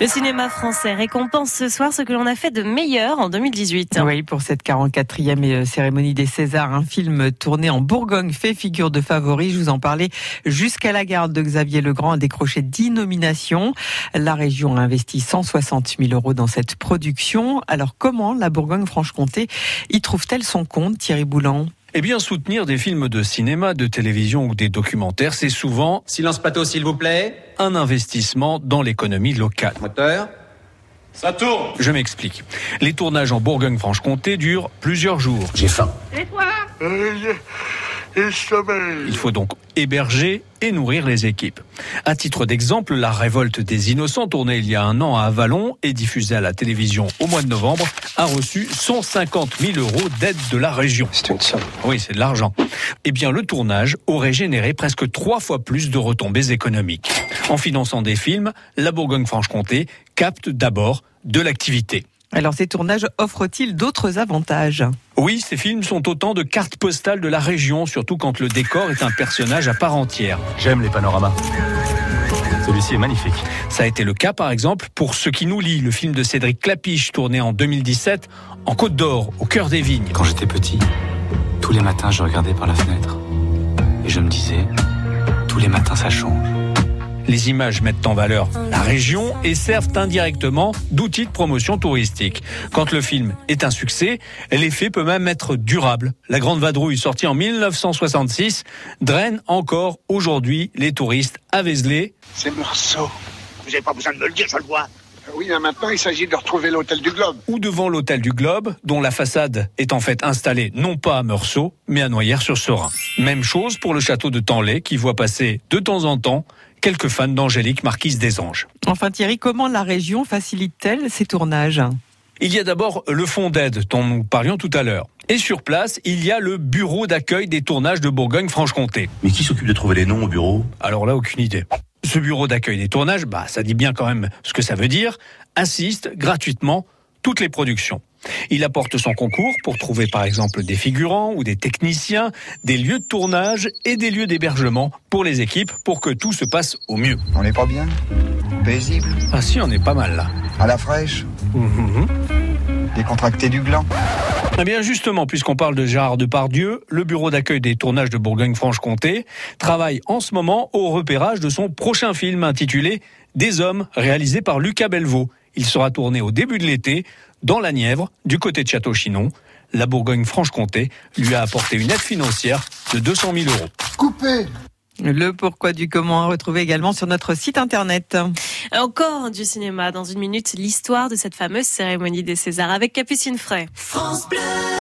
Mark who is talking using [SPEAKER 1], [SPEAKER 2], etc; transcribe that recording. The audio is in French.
[SPEAKER 1] Le cinéma français récompense ce soir ce que l'on a fait de meilleur en 2018.
[SPEAKER 2] Oui, pour cette 44e cérémonie des Césars, un film tourné en Bourgogne fait figure de favori. Je vous en parlais jusqu'à la garde de Xavier Legrand a décroché 10 nominations. La région a investi 160 000 euros dans cette production. Alors comment la Bourgogne-Franche-Comté y trouve-t-elle son compte, Thierry Boulan
[SPEAKER 3] eh bien, soutenir des films de cinéma, de télévision ou des documentaires, c'est souvent
[SPEAKER 4] Silence plateau, s'il vous plaît.
[SPEAKER 3] un investissement dans l'économie locale.
[SPEAKER 4] Moteur. Ça tourne.
[SPEAKER 3] Je m'explique. Les tournages en Bourgogne-Franche-Comté durent plusieurs jours.
[SPEAKER 4] J'ai faim.
[SPEAKER 3] Il faut donc héberger et nourrir les équipes. À titre d'exemple, La Révolte des Innocents, tournée il y a un an à Avalon et diffusée à la télévision au mois de novembre, a reçu 150 000 euros d'aide de la région.
[SPEAKER 4] C'est une somme.
[SPEAKER 3] Oui, c'est de l'argent. Eh bien, le tournage aurait généré presque trois fois plus de retombées économiques. En finançant des films, la Bourgogne-Franche-Comté capte d'abord de l'activité.
[SPEAKER 2] Alors ces tournages offrent-ils d'autres avantages
[SPEAKER 3] Oui, ces films sont autant de cartes postales de la région, surtout quand le décor est un personnage à part entière.
[SPEAKER 5] J'aime les panoramas. Celui-ci est magnifique.
[SPEAKER 3] Ça a été le cas, par exemple, pour Ce qui nous lie, le film de Cédric Clapiche, tourné en 2017 en Côte d'Or, au cœur des vignes.
[SPEAKER 5] Quand j'étais petit, tous les matins, je regardais par la fenêtre. Et je me disais, tous les matins, ça change.
[SPEAKER 3] Les images mettent en valeur la région et servent indirectement d'outils de promotion touristique. Quand le film est un succès, l'effet peut même être durable. La Grande Vadrouille, sortie en 1966, draine encore aujourd'hui les touristes à Vézelay.
[SPEAKER 6] C'est Meursault.
[SPEAKER 7] Vous n'avez pas besoin de me le dire, je le vois.
[SPEAKER 6] Ah Oui, mais maintenant, il s'agit de retrouver l'hôtel du Globe.
[SPEAKER 3] ou devant l'hôtel du Globe, dont la façade est en fait installée non pas à Meursault, mais à Noyères-sur-Serein. Même chose pour le château de Tanlay, qui voit passer de temps en temps quelques fans d'Angélique, marquise des Anges.
[SPEAKER 2] Enfin Thierry, comment la région facilite-t-elle ces tournages
[SPEAKER 3] Il y a d'abord le fonds d'aide dont nous parlions tout à l'heure. Et sur place, il y a le bureau d'accueil des tournages de Bourgogne-Franche-Comté.
[SPEAKER 5] Mais qui s'occupe de trouver les noms au bureau
[SPEAKER 3] Alors là, aucune idée. Ce bureau d'accueil des tournages, bah, ça dit bien quand même ce que ça veut dire, assiste gratuitement toutes les productions. Il apporte son concours pour trouver par exemple des figurants ou des techniciens, des lieux de tournage et des lieux d'hébergement pour les équipes pour que tout se passe au mieux.
[SPEAKER 8] On n'est pas bien Paisible
[SPEAKER 3] Ah si, on est pas mal là. Mhm.
[SPEAKER 8] À la fraîche Décontracté du gland
[SPEAKER 3] Eh bien justement, puisqu'on parle de Gérard Depardieu, le bureau d'accueil des tournages de Bourgogne-Franche-Comté travaille en ce moment au repérage de son prochain film intitulé Des hommes, réalisé par Lucas Belvaux. Il sera tourné au début de l'été dans la Nièvre, du côté de Château-Chinon. La Bourgogne-Franche-Comté lui a apporté une aide financière de 200 000 euros.
[SPEAKER 6] Coupé
[SPEAKER 2] Le pourquoi du comment à retrouver également sur notre site internet.
[SPEAKER 1] Encore du cinéma dans une minute, l'histoire de cette fameuse cérémonie des Césars avec Capucine Frey.